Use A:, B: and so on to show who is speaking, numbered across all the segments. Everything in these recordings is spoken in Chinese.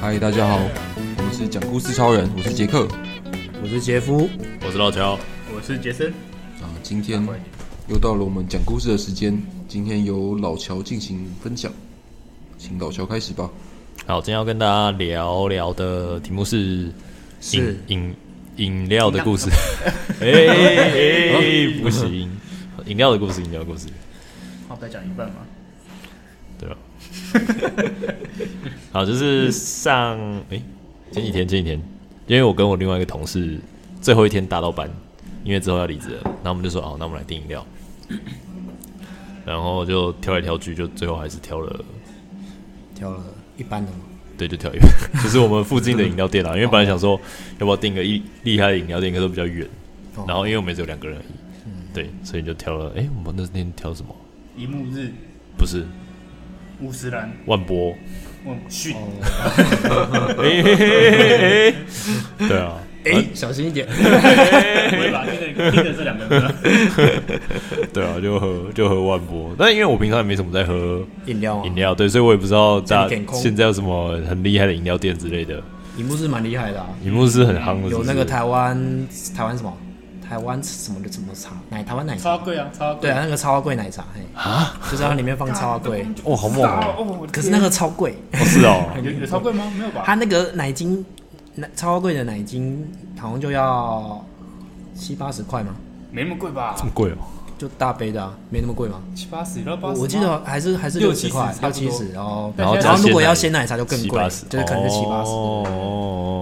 A: 嗨，大家好，我们是讲故事超人，我是杰克。
B: 我是杰夫，
C: 我是老乔，
D: 我是杰森，
A: 啊，今天又到了我们讲故事的时间，今天由老乔进行分享，请老乔开始吧。
C: 好，今天要跟大家聊聊的题目是
B: 是
C: 饮饮饮料的故事。 哎哎，不行，饮料的故事，饮料的故事，
D: 好，再讲一半嘛。
C: 对吧？啊 好，就是上哎、前几天前几天，因为我跟我另外一个同事最后一天搭到班，因为之后要离职了，那我们就说哦，那我们来订饮料，然后就挑来挑去，就最后还是挑了。
B: 挑了一般的吗？
C: 对，就挑一杯， 就是我们附近的饮料店啊
B: 哦
C: 啦。因为本来想说要不要订个一厉害的饮料店，可是都比较远。
B: 哦嗯
C: 然后因为我们只有两个人而已，对，所以就挑了。哎、我们那天挑什么？
D: 一幕日、
C: 不是
D: 乌斯兰、
C: 万波。
D: 问逊，
B: 哦
C: 哎、嘿嘿嘿嘿 对啊，
B: 哎、小心一点，
D: 我会把听着听着这两个字，
C: 对啊，就喝就喝万波。但因为我平常也没什么在喝
B: 饮料啊，
C: 饮料，对，所以我也不知道大
B: 真健康
C: 现在有什么很厉害的饮料店之类的。
B: 荧幕是蛮厉害的、啊，
C: 荧幕是很夯的是不是
B: 有那个台湾台湾什么台湾什么的什么茶奶台湾奶
D: 超
B: 茶，
D: 贵啊，超
B: 对
D: 贵。
B: 啊，那个超贵奶茶，嘿，
C: 啊，
B: 就是它里面放超贵，
C: 哦，好猛哦、
D: 哦，
B: 可是那个超 贵，
C: 哦是哦，
D: 有有超贵吗？没有吧？
B: 它那个奶精奶超贵的奶精好像就要七八十块嘛，
D: 没那么贵吧
C: 这？么贵哦、
B: 就大杯的、啊，没那么贵吗？
D: 七八十，到八
B: 我
D: 十吗。
B: 我记得还是还是
D: 六
B: 六十
D: 七十
B: 块，
D: 差
B: 六
D: 不多
B: 七十，然后
D: 然后
B: 然
C: 加
B: 后如果
C: 鲜奶
B: 要鲜奶茶就更
C: 七
B: 贵
C: 八十，，
B: 就是可能是七八十。
C: 哦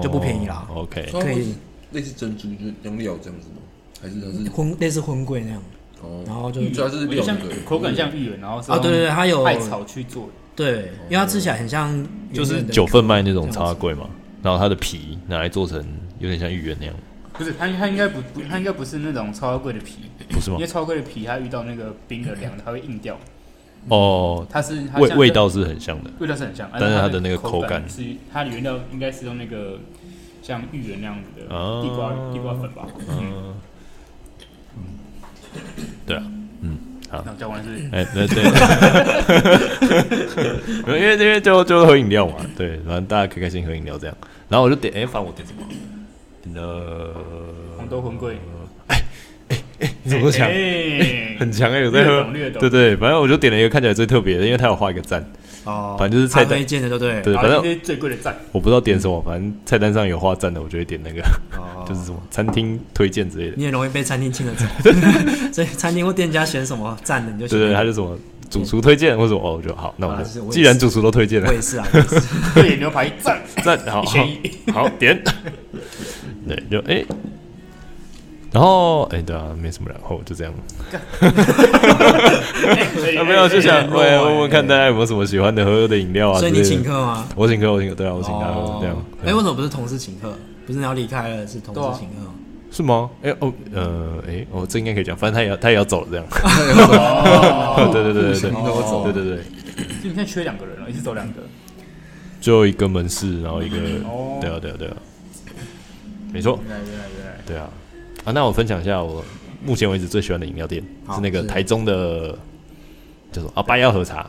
B: 就不便宜啦
C: OK，
B: 可以
A: 类似珍珠就是用料这样子吗？还是它是
B: 荤类似荤桂那样，
A: 哦，
B: 然后就
A: 主要是
D: 我就
A: 料
D: 像
A: 那个
D: 口感像芋圆，然后是
B: 啊对对对它有
D: 艾草去做的，
B: 对，因为它吃起来很像
C: 哦就
B: 圆
C: 是
B: 圆的
C: 九份卖那种超贵嘛，然后它的皮拿来做成有点像芋圆那样，
D: 不是它它应该不不它应该不是那种超贵的皮，
C: 不是吗
D: 因为？超贵的皮它遇到那个冰的凉的，它会硬掉。
C: 哦，
D: 它是它
C: 味
D: 像
C: 味道是很像的，
D: 味道是很像，
C: 但是它的那个口
D: 口
C: 感
D: 是它的原料应该是用那个像芋圆那样子的
C: 哦
D: 地瓜地瓜粉吧。
C: 嗯，对啊，
D: 那嗯讲完是
C: 哎，对对，没 有因为因为就就喝饮料嘛，对，然后大家开开心心喝饮料这样，然后我就点，哎，反正我点什么？点了
D: 红豆魂桂，
C: 你怎么想？
D: 哎
C: 很强哎，有在
D: 略
C: 喝
D: 懂略，懂
C: 对对，反正我就点了一个看起来最特别的，因为它有画一个赞，
B: 哦，
C: 反正就是菜
B: 他
C: 单
B: 推荐的，对不对？
C: 对，
D: 好
C: 反正
D: 这是最贵的赞，
C: 我不知道点什么，反正菜单上有花赞的，我就会点那个，
B: 哦
C: 就是什么餐厅推荐之类的。
B: 你也容易被餐厅 牵着走，所以餐厅或店家选什么赞的你就选。
C: 对对，他就什么主厨推荐，或者哦，我就好，那我
B: 啊
C: 就是
B: 我也
C: 既然主厨都推荐了
B: 我，也是啊，我也是
D: 对牛排赞，
C: 赞好
D: 一选一。
C: 好点， 对，就哎，然后哎对啊，没什么然后就这样，
D: 哎
C: 要不啊要就想
B: 很弱
C: 问
B: 哎
C: 问问看大家有没有什么喜欢的喝的饮料啊？
B: 所以你请
C: 客，
B: 客吗？
C: 我请客，我请客，对啊，我请他喝
B: 哦
C: 这样，，
B: 哎，为什么不是同事请客？不是你要离开了，是同
D: 对啊
B: 事请客吗。
C: 是吗？哎哦呃哎哦，这应该可以讲，反正他也要他也要走了这样，
D: 哦，
C: 对对对对对
A: 请客我走
C: 对对对。
D: 你现在缺两个人了，一次走两个，
C: 就一个门市，然后一个，
D: 哦
C: 对啊，对啊，对啊，没错，
D: 原来原来原来，
C: 对啊，啊，那我分享一下我目前为止最喜欢的饮料店
B: 好
C: 是那个
B: 是
C: 台中的，叫什么啊？八幺和茶，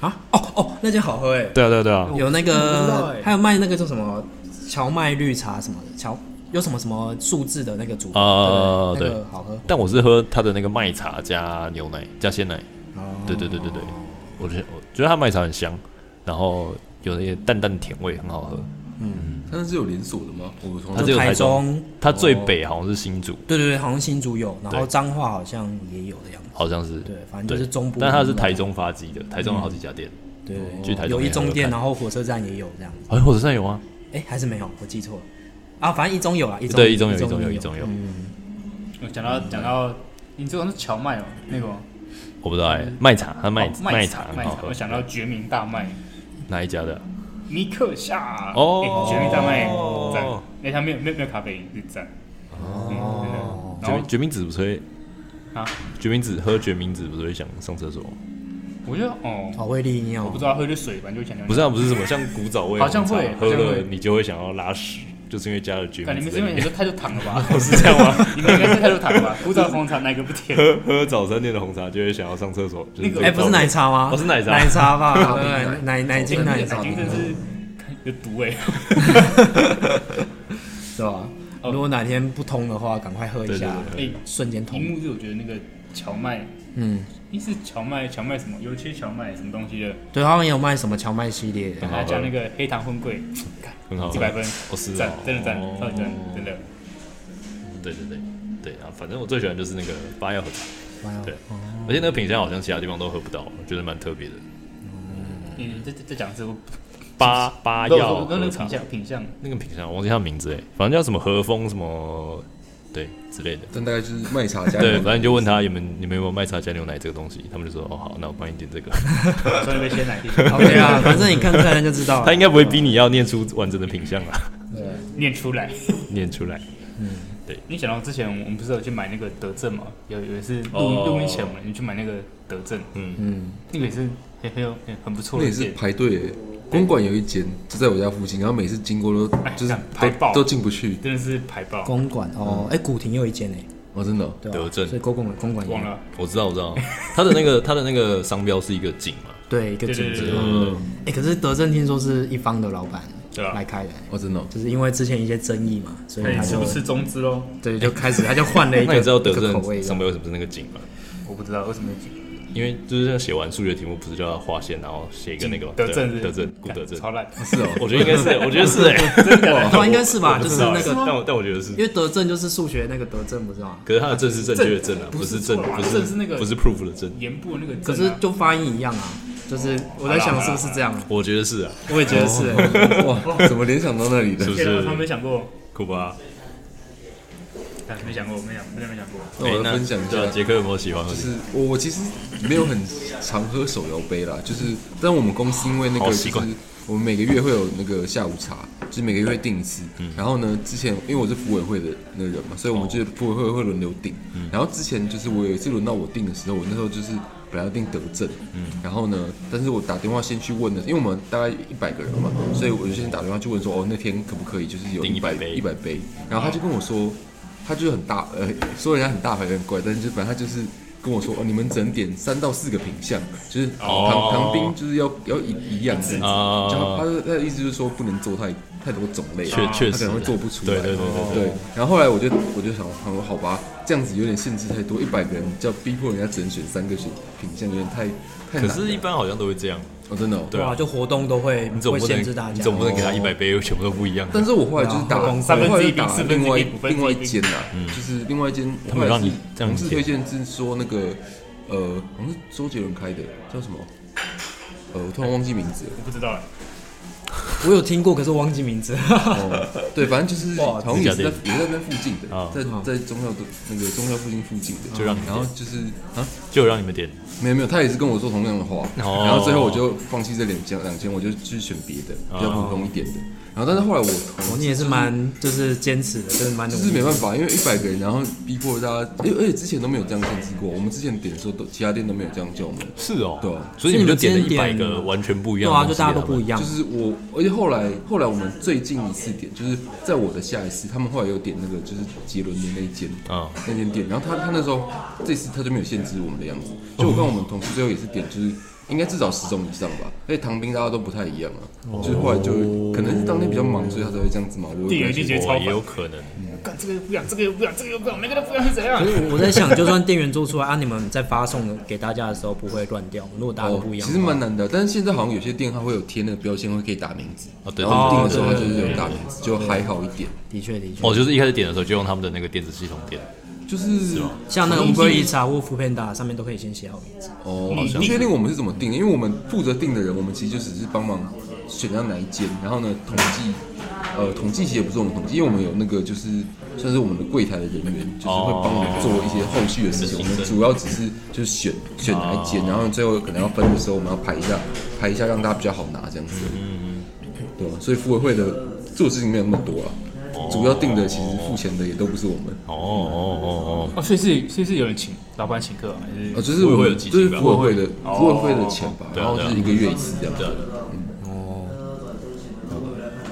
B: 啊，哦哦，那间好喝哎，
C: 对啊，对啊，对啊，
B: 有那
D: 哦我不知道
B: 个
D: 哎
B: 还有卖那个叫什么荞麦绿茶什么的，荞有什么什么数字的那个组合
C: 啊
B: 对不对那个好喝。
C: 但我是喝它的那个麦茶加牛奶加鲜奶，
B: 哦
C: 对对对对对，我觉得我觉得它麦茶很香，然后有那些淡淡的甜味，很好喝。
A: 它是有连锁的吗？我从来
C: 它
B: 就
C: 只有台
B: 台
C: 中
B: 中，
C: 它最北好像是新竹，
B: 对对对，好像新竹有，然
C: 对哦
B: 后彰化好像也有的样子。
C: 好像是
B: 对，反正就是中部。
C: 但它是台，中发迹的，
D: 嗯
C: 台中有好几家店，
B: 对对
C: 去台
B: 对，
C: 中
B: 有一中
C: 也
B: 店，
C: 喝喝看
D: 啊
B: 然后火车站也有这样子。
C: 哎，火车站有吗？
B: 哎，还是没有，我记错了。啊，反正一中有啦，一中
C: 对，一中有，一中
B: 中嗯
C: 有，一中有。
D: 我讲到讲到，你这种是荞麦哦，那个吗
C: 我不知道哎、卖茶，它卖、
D: 哦
C: 卖
D: 茶
C: 茶很
D: 麦
C: 好
D: 茶，
C: 喝
D: 我。想到决明大麦。
C: 哪一家的？
D: 尼克夏
C: 哦
D: 哎绝命大麦
C: 哦
D: 赞，哎，它没有没有没有咖啡因，是赞。哦，
C: 决
D: 然
C: 明
D: 后
C: 决明子不是会
D: 啊，
C: 决明子喝决明子不是会想上厕所吗？
D: 我觉得哦，
B: 好会利尿
D: 我不，知道喝点水吧，就想想
C: 不是啊，不是什么像古早味，
D: 好像
C: 红茶
D: 会
C: 喝
D: 好像
C: 了
D: 会
C: 你就会想要拉屎，就是因为加了菌
D: 感觉你们这边也是态度糖 了吧？
C: 哦是这样吗？
D: 你们应该是态度糖吧？古早红茶哪个不甜？
C: 喝喝早餐店的红茶就会想要上厕所，就是
D: 那
C: 这
D: 个
B: 哎、
C: 道理
B: 不是奶茶吗？
C: 哦是奶 茶哦
B: 奶茶吧？
A: 咖啡
B: 对，奶
A: 奶
B: 奶 精奶
D: 奶
B: 茶
D: 哎精真是有 毒哎、
B: 是吧？
D: 哦
B: 如果哪天不通的话，赶快喝一
C: 对对
B: 下，
C: 对，
D: 哎、
B: 瞬间
D: 一
B: 通。
D: 幕是我觉得那个荞麦，
B: 嗯，
D: 一是荞麦荞麦什么，有一些荞麦什么东西的，
B: 对，他们也有卖什么荞麦系列，
D: 然后加那个黑糖混桂，看
C: 很好喝，
D: 几百分，
C: 哦是哦
D: 赞，真的赞，超级赞，真的。
C: 对对对对啊，反正我最喜欢就是那个八药和茶，
B: 蛮好
C: 对，而且那个品相好像其他地方都喝不到，我觉得蛮特别的。
D: 嗯，再再再讲一次，我
C: 八八
D: 不是我
C: 药
D: 我刚刚
C: 和
D: 那个
C: 茶
D: 品，相品相，
C: 那个品相我忘记它名字哎，反正叫什么和风什么，对之类的。
A: 但大概就是卖茶加
C: 对，
A: 牛
C: 反
A: 奶
C: 正你就问他你们你们有没有卖茶加牛奶这个东西，他们就说哦好，那我帮你点这个。
D: 所以被鲜奶
B: OK 啊，反正你看菜单就知道
C: 他
B: 了
C: 应。该不会逼你要念出完整的品相啊，
D: 念出来。
C: 念出来。
D: 你想到之前我们不是有去买那个德政嘛？有有一次录
C: 哦
D: 音录音前我们去买那个德政，
C: 嗯，
B: 嗯，
D: 那个也是很很有很很不错
A: 那
D: 的
A: 也是
D: 店，
A: 排队欸，公馆有一间就在我家附近，然后每次经过都
D: 哎
A: 就是
D: 干排爆
A: 都都进不去。
D: 真的是排爆，
B: 公馆哦，哎、古亭也有一间哎、
A: 哦，真的哦，
B: 对吧？
C: 嗯德政
B: 所以公馆公馆也有
D: 忘了。
C: 我知道我知道，他的那个他的那个商标是一个井嘛，
B: 对一个
D: 对对
B: 景
D: 对
B: 致。
D: 对
B: 哎、
A: 嗯，
B: 可是德政听说是一方的老板
D: 对啊
B: 来开的、
A: 哦，真的哦，
B: 就是因为之前一些争议嘛，所
C: 嗯
D: 那
B: 以他
D: 你吃
B: 就
D: 哎不吃中资喽？
B: 对就开始他就换了一
C: 那
B: 个
C: 你知道
B: 一
C: 德
B: 个口味
C: 政
B: 的
C: 商标为什么是那个井吗？
D: 我不知道为什么会记
C: 因为就是像写完数学题目，不是叫他划线，然后写一个那个吗
D: 德政是
C: 德政顾德政，
D: 超烂，
A: 是哦，
C: 我觉得应该是，我觉得 是哎，真的
B: 哦对应该是吧就是那个
C: 但我但我觉得是
B: 因，为德政就是数学那个德政，不是吗？
C: 可是他的正是正确的正啊，
D: 不
C: 不
D: 是
C: 是正
D: 错了，
C: 不
D: 正是那个
C: 不是 proof 的正，
D: 盐部那个
B: 可
D: 政
B: 是
D: 啊，
B: 就发音一样啊，就是
D: 哦
B: 我在想是不是这样啊？
C: 我觉得是啊，
B: 我也觉得是、欸，
A: 哦哇，怎么联想到那里的
C: 是？不
D: 天啊
C: 是
D: 他？没想过，
C: 酷吧？
D: 啊没想过，没想，真的没想过。
A: 那我来分享一
C: 对啊
A: 下，
C: 杰克有没有喜欢喝
A: 就？是我我其实没有很常喝手摇杯啦，就是但我们公司因为那个
C: 好
A: 就
C: 哦习
A: 是
C: 惯
A: 我们每个月会有那个下午茶，就是每个月会定一次。
C: 嗯
A: 然后呢，之前因为我是服委会的那个人嘛，所以我
C: 哦
A: 们就是服委会会轮流定。
C: 嗯
A: 然后之前就是我有一次轮到我定的时候，我那时候就是本来要定德政，
C: 嗯
A: 然后呢，但是我打电话先去问的，因为我们大概一百个人嘛，所以我就先打电话去问说，哦，那天可不可以就是有
C: 定
A: 一百
C: 100杯
A: 一百杯？然后他就跟我说。他就是很大，呃，说人家很大牌有点怪，但是就反正他就是跟我说，哦，你们只能点三到四个品相，就是糖、
C: 哦
A: 糖冰就是要要一一样这样子，
C: 哦
A: 就他他的他的意思就是说不能做太太多种类，啊
C: 确确
A: 他
C: 实
A: 可能会做不出来，
C: 对对对对
A: 对然后后来我就我就想，我说好吧，这样子有点限制太多，一百个人叫逼迫人家只能选三个选品相，有点太太
C: 可
A: 难了，
C: 是，一般好像都会这样。
A: 哦，真的、哦，
C: 对啊
B: 哇，就活动都会
C: 你总
B: 会
C: 不能
B: 限制大
C: 你
B: 家。
C: 总不能给他
A: 哦
C: 一百杯，全部都不一样。
A: 但是我后来就是打，
B: 对啊
A: 我
D: 三分
A: 后来
D: 之一
A: 就
D: 比
A: 打
D: 四分之一
A: 另外
D: 五分之一嗯
A: 另外一
D: 比
A: 间啦，就是另外一间，
C: 他们
A: 后来
C: 让你
A: 是
C: 这样
A: 同事
C: 填
A: 推荐是说那个，呃，好像是周杰伦开的，叫什么？呃，我突然忘记名字了。
D: 我不知道哎，
B: 我有听过，可是忘记名 字。
A: 哦，对，反正就是
B: 哇
A: 好像也是在
C: 指
A: 也是在那附近的
C: 啊，
D: 哦
A: 在在中校的那个中校附近附近的，
C: 就让你
A: 然后就是啊，
C: 就让你们点，
A: 没有没有，他也是跟我说同样的话，
C: 哦
A: 然后最后我就放弃这两间两间，我就去选别的比较普通一点的。然后但是后来我
B: 哦
A: 同，
B: 你也是蛮就是坚持的，真的蛮努
A: 就是
B: 力
A: 没
B: 的。
A: 办法，因为一百个人，然后逼迫大家，而而且之前都没有这样限制过。我们之前点的时候都，其他店都没有这样叫我们。
C: 是哦，
A: 对啊
C: 所以你们就点了
B: 所以你
C: 一百
B: 们今天
C: 个完全不
B: 对
C: 一样的
B: 啊，
C: 东
B: 就
C: 西给他
B: 大
C: 们，
B: 家都不一样
A: 就。是我，而且后来后来我们最近一次点，就是在我的下一次，他们后来有点那个就是杰伦的那一间
C: 嗯
A: 那间店，然后他他那时候这次他就没有限制我们的样子，就我跟我们同事最后也是点就是。应该至少十种以上吧，而且糖冰大家都不太一样啊，
B: 哦
A: 就是后来就可能是当天比较忙，所以他才会这样子嘛。我
D: 店
A: 也
D: 员
A: 不
D: 就
A: 太
D: 觉得超
C: 哦
D: 烦
C: 也有可能。
D: 干这个又不想，这个又不想，这个又不想，那个都不想，怎样
B: 可？是我我在想，就算店员做出来啊，你们在发送给大家的时候不会乱掉吗，如果大家都
A: 哦
B: 不一，样
A: 其
B: 的话。
A: 实蛮难的，但是现在好像有些店它会有贴那个标签，会可以打名字。
C: 哦对
A: 然后
B: 对
A: 订的时候它
B: 对
A: 就是有打名字，就还好一点。
B: 的确的确。
C: 哦，就是一开始点的时候就用他们的那个电子系统点，
A: 就是
B: 像那个 Uber Eats 啊或 f o o Panda 上面都可以先写好名字。
A: 哦，不确定我们是怎么定的，因为我们负责定的人，我们其实就只是帮忙选到哪一间，然后呢统计，呃，统计其实也不是我们统计，因为我们有那个就是算是我们的柜台的人员，就是会帮我们做一些后续的事情。我们主要只是哦就是选选哪一间，然后最后可能要分的时候，我们要排一下排一下，让大家比较好拿这样子。对吧？所以服委会的做事情没有那么多啊，主要定的其实付钱的也都不是我们。
C: 哦哦哦哦，
D: 哦，所以是所以是有人请老板请客啊还是
A: 啊，就是我
C: 服委会有
A: 们
C: 基金
A: 就是
C: 吧
A: 服委会的
D: 哦
A: 服委会的钱吧，
C: 对啊
A: 然后
C: 对啊
A: 就是一个月一次这样子。
C: 对啊
A: 嗯，哦，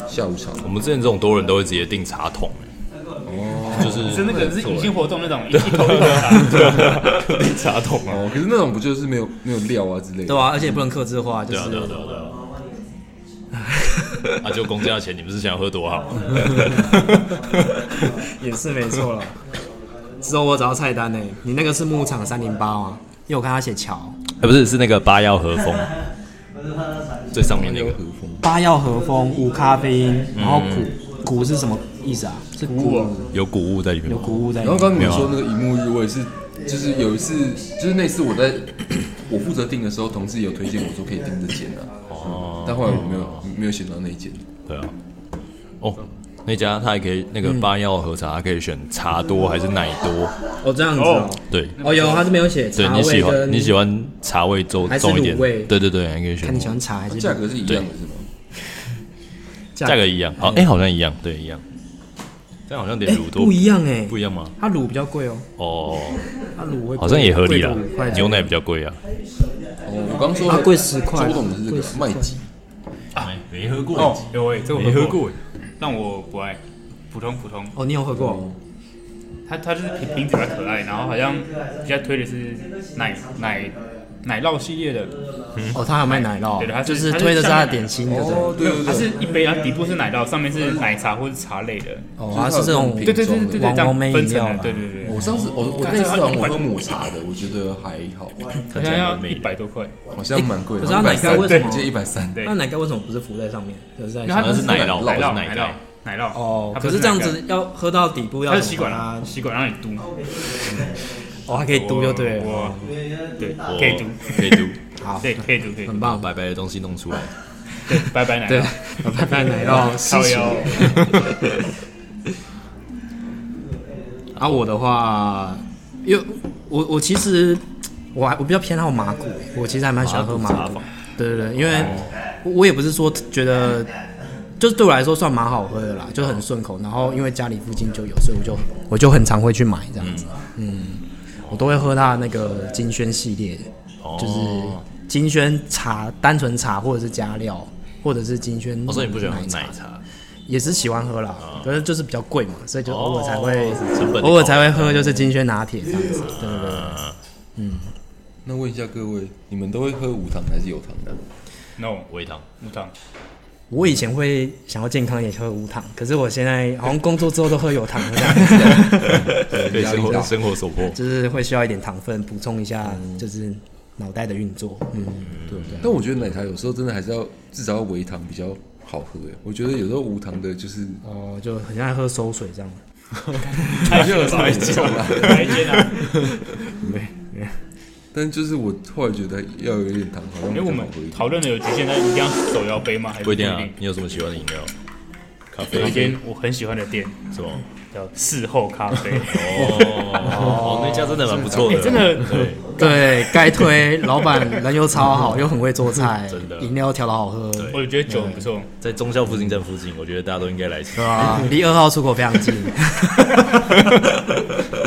A: 下午场
C: 我们之前这种多人都会直接订茶桶、欸，就是
D: 是那个是迎新活动那种一口一口打，
C: 订茶桶啊，
A: 哦，可是那种不就是没有没有料啊之类的
B: 对？啊，而且也不能克制化，就
C: 对啊
B: 是
C: 对啊对啊 对啊。啊，就公价钱，你们是想要喝多好？ 啊
B: 也是没错了。之后我找到菜单呢、你那个是牧场三零八吗？因为我看他写桥
C: 哎，不是，是那个八幺和风，最上面那
A: 有
C: 个
A: 和风，
B: 八药和风无咖啡因，然后谷、谷是什么意思啊？是谷物
C: 有谷物在里面
B: 有
C: 吗。
B: 谷物在里
A: 然后刚
B: 面。
A: 刚你们
C: 啊
A: 说那个荧幕日，我也是，就是有一次，就是那次我在我负责订的时候，同事也有推荐我说可以订这间啊，
C: 哦，
A: 但后来我没有没有选到那一间。
C: 对啊，哦，那家他还可以那个八药和茶，它可以选茶多还是奶多？
B: 哦，这样子哦、
C: 对，
B: 哦，有他是没有写
C: 对
B: 茶
C: 你
B: 味
C: 喜欢
B: 跟
C: 你喜欢茶味重
B: 还是
C: 重一点
B: 卤味，
C: 对对对，还可以选
B: 看你喜欢茶还
D: 哦
B: 是
A: 价格是一样的，是吗？
B: 价
C: 价格一样，好，哎，好像一样，对，一样，这样好像点
B: 哎、
C: 卤多
B: 不一样哎、
C: 不一样吗？
B: 它卤比较贵哦，
C: 哦，
B: 它卤会贵
C: 好像也合理啦
B: 贵五块，钱
C: 牛奶比较贵啊。
A: 哦，我刚说
B: 啊
A: 的
B: 贵10块
A: 周董的是这
B: 贵
A: 个
B: 10块
A: 麦吉，
C: 哎没喝过
D: 哦， 有哎，这我
C: 没喝，过，
D: 但我不爱，普通普通。
B: 哦，你有喝过？
D: 它它就是平平调可爱，然后好像比较推的是奶奶奶酪系列的，
B: 哦，他还有卖奶酪
D: 嗯对的它，是
B: 就是推的是它的点心，对不对？
A: 哦，对对
D: 它是
A: 对，
D: 一杯，然后底部是奶酪，上面是奶茶或是茶类的。
B: 哦，它是这种
A: 对
D: 对对对对对，这
B: 网红
D: 样
B: 妹
D: 分
B: 饮料
D: 层
B: 嘛
D: 的，对对对。
A: 我上次我我那次好像我喝抹茶的，我觉得还好，
D: 好像要一百多块，
A: 好像蛮贵的，
B: 可是它奶盖为什么
A: 130我记得一百三，
D: 对
B: 那奶盖为什么不是浮在上面？就是在
D: 因为它
C: 好像是奶酪，
D: 奶
C: 是
D: 酪
C: 奶
D: 奶酪
C: 盖。
D: 奶酪
B: 哦，
D: 它不
B: 可是这样
D: 奶盖
B: 子要喝到底部要
D: 它是
B: 怎么
D: 吸管啊
B: 把，
D: 吸管让你嘟，可
B: 它，哦，还可以嘟就对了。
D: 我对，
C: 哦
D: 可以嘟，
C: 可以 读，
B: 好，
D: 对，可以嘟，可以
B: 很
D: 嘟，
B: 棒，
C: 白白的东西弄出来。
D: 对，拜拜奶
B: 对
D: 酪，，
B: 拜拜奶酪，谢
D: 超
B: 谢。
D: 腰。
B: 啊，我的话，因为我我其实我还我比较偏好麻古，我其实还蛮喜欢喝麻
C: 麻
B: 古
C: 古茶坊。
B: 对对对，因为我我也不是说觉得，就是对我来说算蛮好喝的啦，就很顺口。然后因为家里附近就有，所以我就我就很常会去买这样子。嗯，我都会喝它的那个金萱系列，
C: 哦
B: 就是金萱茶单纯茶或者是加料。或者是金萱，
C: 我哦说你不喜欢喝
B: 奶
C: 奶茶，
B: 也是喜欢喝啦，可是就是比较贵嘛，所以就偶尔才会
C: 啊哦成本的
B: 偶尔才会喝，就是金萱拿铁这样子。对对对，
A: 那问一下各位，你们都会喝无糖还是有糖的？
D: No，
C: 微糖。
D: 无糖，
B: 我以前会想要健康也喝无糖，可是我现在好像工作之后都喝有糖的这样，
C: 对生活生活所迫。
B: 就是会需要一点糖分补充一下，
C: 嗯
B: 就是脑袋的运作。嗯，
A: 对不对？但我觉得奶茶有时候真的还是要至少要微糖比较好喝诶，我觉得有时候无糖的就是
B: 哦，就很爱喝馊水这样。
D: 太热了，太
A: 重了，
D: 白煎啊！
A: 但就是我后来觉得要有一点糖好像
D: 因
A: 比
D: 为
A: 较
D: 我
A: 好
D: 们
A: 喝一点。
D: 讨论的有局限，但一定要手摇杯吗？还是
C: 不一定啊，你有什么喜欢的饮料？咖
D: 有
C: 啡
D: 一间我很喜欢的店
C: 什么？
D: 叫事后咖啡，
C: 哦，那家真的蛮不错的，
D: 哎真的
C: 对，
B: 对，该推老板人又超 好，又很会做菜
C: 真的，
B: 饮料调的好喝，对
D: 我觉得酒很不 错。
C: 在中校复兴站附近，我觉得大家都应该来吃。
B: 吧？啊离二号出口非常 近，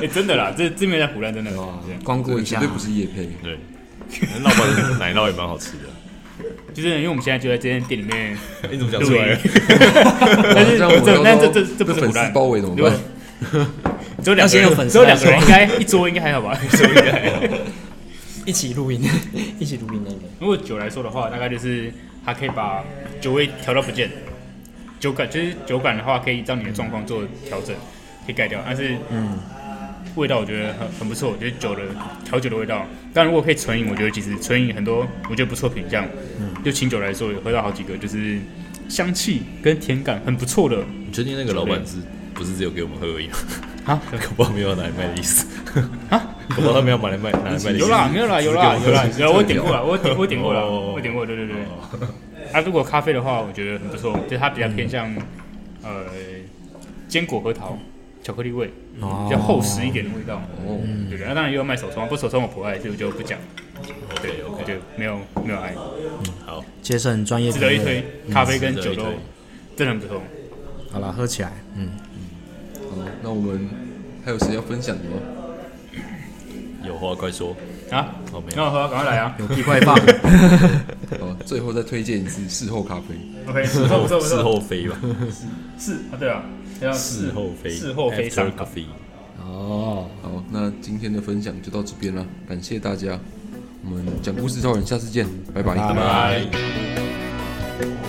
D: 哎，真的啦，这这边在胡乱真的是
C: 哦
D: 这样
B: 光顾
A: 对，
B: 一
A: 绝
B: 下
A: 对。不是夜配，
C: 对，老板 的奶酪也蛮好吃的。
D: 就是因为我们现在就在这间店里面
C: 哎你怎么讲
D: 录
C: 出
D: 音
C: 来？，
D: 但
A: 这
D: 是
A: 样我
D: 这
A: 要
D: 但这这这
A: 被
D: 不是胡
A: 粉
D: 乱
A: 丝包围怎么办？
D: 只有两个
B: 要先有
D: 人，
B: 粉丝啊
D: 只有两个人，应 该一桌应该还好吧？
B: 一起录音， 一起录音那个。
D: 如果酒来说的话，大概就是它可以把酒味调到不见，酒感就是酒感的话，可以让你的状况做调整，可以盖掉。但是，嗯，味道我觉得很很不错，我觉得酒的调酒的味道。但如果可以纯饮，我觉得其实纯饮很多，我觉得不错品相。
A: 嗯
D: 就清酒来说，有喝到好几个，就是香气跟甜感很不错的。
C: 你确定那个老板是不是只有给我们喝而已吗？
D: 啊，
C: 搞不好没有拿来卖的意 思啊？搞不好他没有买来卖，拿来卖的意思。
D: 有啦，没有啦，有啦，有啦，有啦我点过了，我点我点过了，
C: 哦
D: 我点过，对对对。啊，如果咖啡的话，我觉得很不错，就是它比较偏向呃坚果核桃、巧克力味，
C: 哦
D: 比较厚实一点的味道。
A: 哦，
D: 对对，啊那当然又要卖手冲，不手冲我不爱，所以我就不讲。
C: OK
D: 我
C: OK，
D: 就没有没有爱，
C: 好，
B: 杰森专业
D: 值
B: 评
D: 得
B: 论，
D: 一推，咖啡跟
C: 嗯值得
D: 酒
C: 一
D: 都
C: 推
D: 真的很不错。
B: 好了，喝起来，嗯，
A: 好，那我们还有谁要分享的吗？
C: 有话快说。
D: 啊，
C: 哦没有
D: 那我喝，赶快来啊
B: 有屁快放，
A: 好，最后再推荐一次事后咖啡，
D: ！OK，不错不 错不
C: 事
D: 错，
C: 后飞吧，
D: 是啊，对啊，要
C: 事后飞，
D: 事后飞
C: After
D: 上
C: coffee
B: 哦，
A: 好，那今天的分享就到这边了，感谢大家，我们讲故事超人下次见，拜拜
C: 拜。